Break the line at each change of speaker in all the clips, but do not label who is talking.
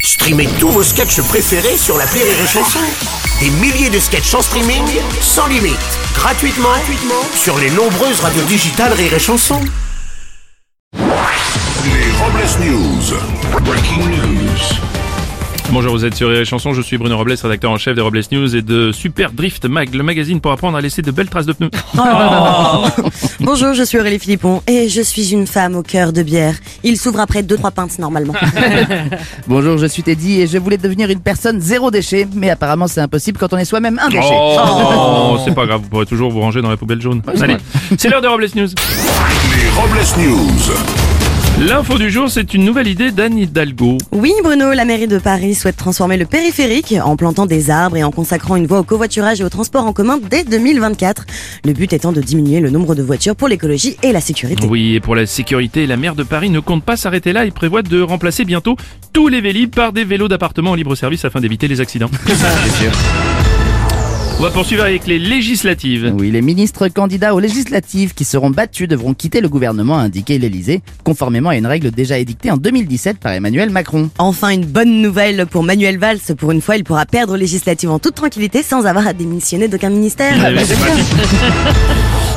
Streamez tous vos sketchs préférés sur la Rire et Chanson. Des milliers de sketchs en streaming, sans limite, gratuitement, gratuitement sur les nombreuses radios digitales Rire et Chanson.
Les Robles News. Breaking news.
Bonjour, vous êtes sur Rire et Chanson, je suis Bruno Robles, rédacteur en chef des Robles News et de Super Drift Mag, le magazine pour apprendre à laisser de belles traces de pneus.
Bonjour, je suis Aurélie Philippon et je suis une femme au cœur de bière. Il s'ouvre après deux trois pintes normalement.
Bonjour, je suis Teddy et je voulais devenir une personne zéro déchet, mais apparemment c'est impossible quand on est soi-même un déchet.
Oh, c'est pas grave, vous pourrez toujours vous ranger dans la poubelle jaune. Allez, c'est l'heure des Robles News.
Les Robles News.
L'info du jour, c'est une nouvelle idée d'Anne Hidalgo.
Oui, Bruno, la mairie de Paris souhaite transformer le périphérique en plantant des arbres et en consacrant une voie au covoiturage et au transport en commun dès 2024. Le but étant de diminuer le nombre de voitures pour l'écologie et la sécurité.
Oui, et pour la sécurité, la maire de Paris ne compte pas s'arrêter là et prévoit de remplacer bientôt tous les vélib par des vélos d'appartement en libre service afin d'éviter les accidents. On va poursuivre avec les législatives.
Oui, les ministres candidats aux législatives qui seront battus devront quitter le gouvernement, a indiqué l'Elysée, conformément à une règle déjà édictée en 2017 par Emmanuel Macron.
Enfin, une bonne nouvelle pour Manuel Valls. Pour une fois, il pourra perdre aux législatives en toute tranquillité sans avoir à démissionner d'aucun ministère.
Ah oui, c'est pratique.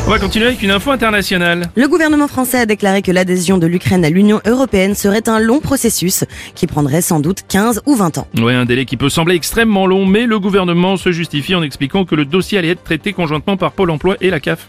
On va continuer avec une info internationale.
Le gouvernement français a déclaré que l'adhésion de l'Ukraine à l'Union européenne serait un long processus qui prendrait sans doute 15 ou 20 ans.
Ouais, un délai qui peut sembler extrêmement long, mais le gouvernement se justifie en expliquant que le dossier allait être traité conjointement par Pôle emploi et la CAF.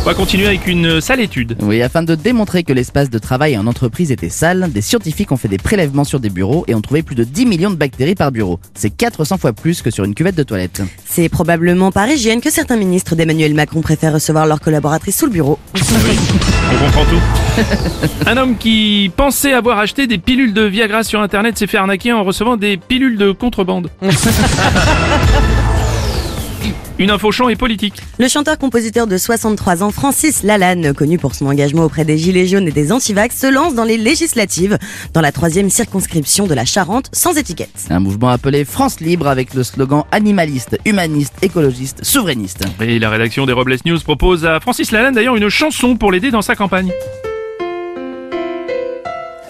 On va continuer avec une sale étude.
Oui, afin de démontrer que l'espace de travail en entreprise était sale, des scientifiques ont fait des prélèvements sur des bureaux et ont trouvé plus de 10 millions de bactéries par bureau. C'est 400 fois plus que sur une cuvette de toilette.
C'est probablement par hygiène que certains ministres d'Emmanuel Macron préfèrent recevoir leurs collaboratrices sous le bureau.
On comprend tout. Un homme qui pensait avoir acheté des pilules de Viagra sur Internet s'est fait arnaquer en recevant des pilules de contrebande. Une info champ et politique.
Le chanteur-compositeur de 63 ans, Francis Lalanne, connu pour son engagement auprès des Gilets jaunes et des antivax, se lance dans les législatives, dans la troisième circonscription de la Charente, sans étiquette.
Un mouvement appelé France Libre avec le slogan animaliste, humaniste, écologiste, souverainiste.
Et la rédaction des Robles News propose à Francis Lalanne d'ailleurs une chanson pour l'aider dans sa campagne.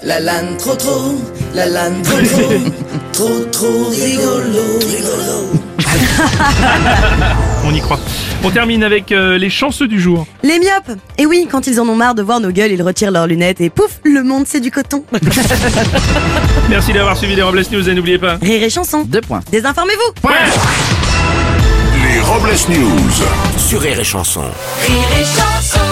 La lane trop trop, la lane trop trop, trop trop rigolo, rigolo.
On y croit. On termine avec euh, les chanceux du jour.
Les myopes Et oui, quand ils en ont marre de voir nos gueules, ils retirent leurs lunettes et pouf, le monde c'est du coton.
Merci d'avoir suivi les Robles News et n'oubliez pas.
Rire et chanson.
Deux points.
Désinformez-vous
Les Robles News.
Sur Rire et Chanson.
Rire et chanson.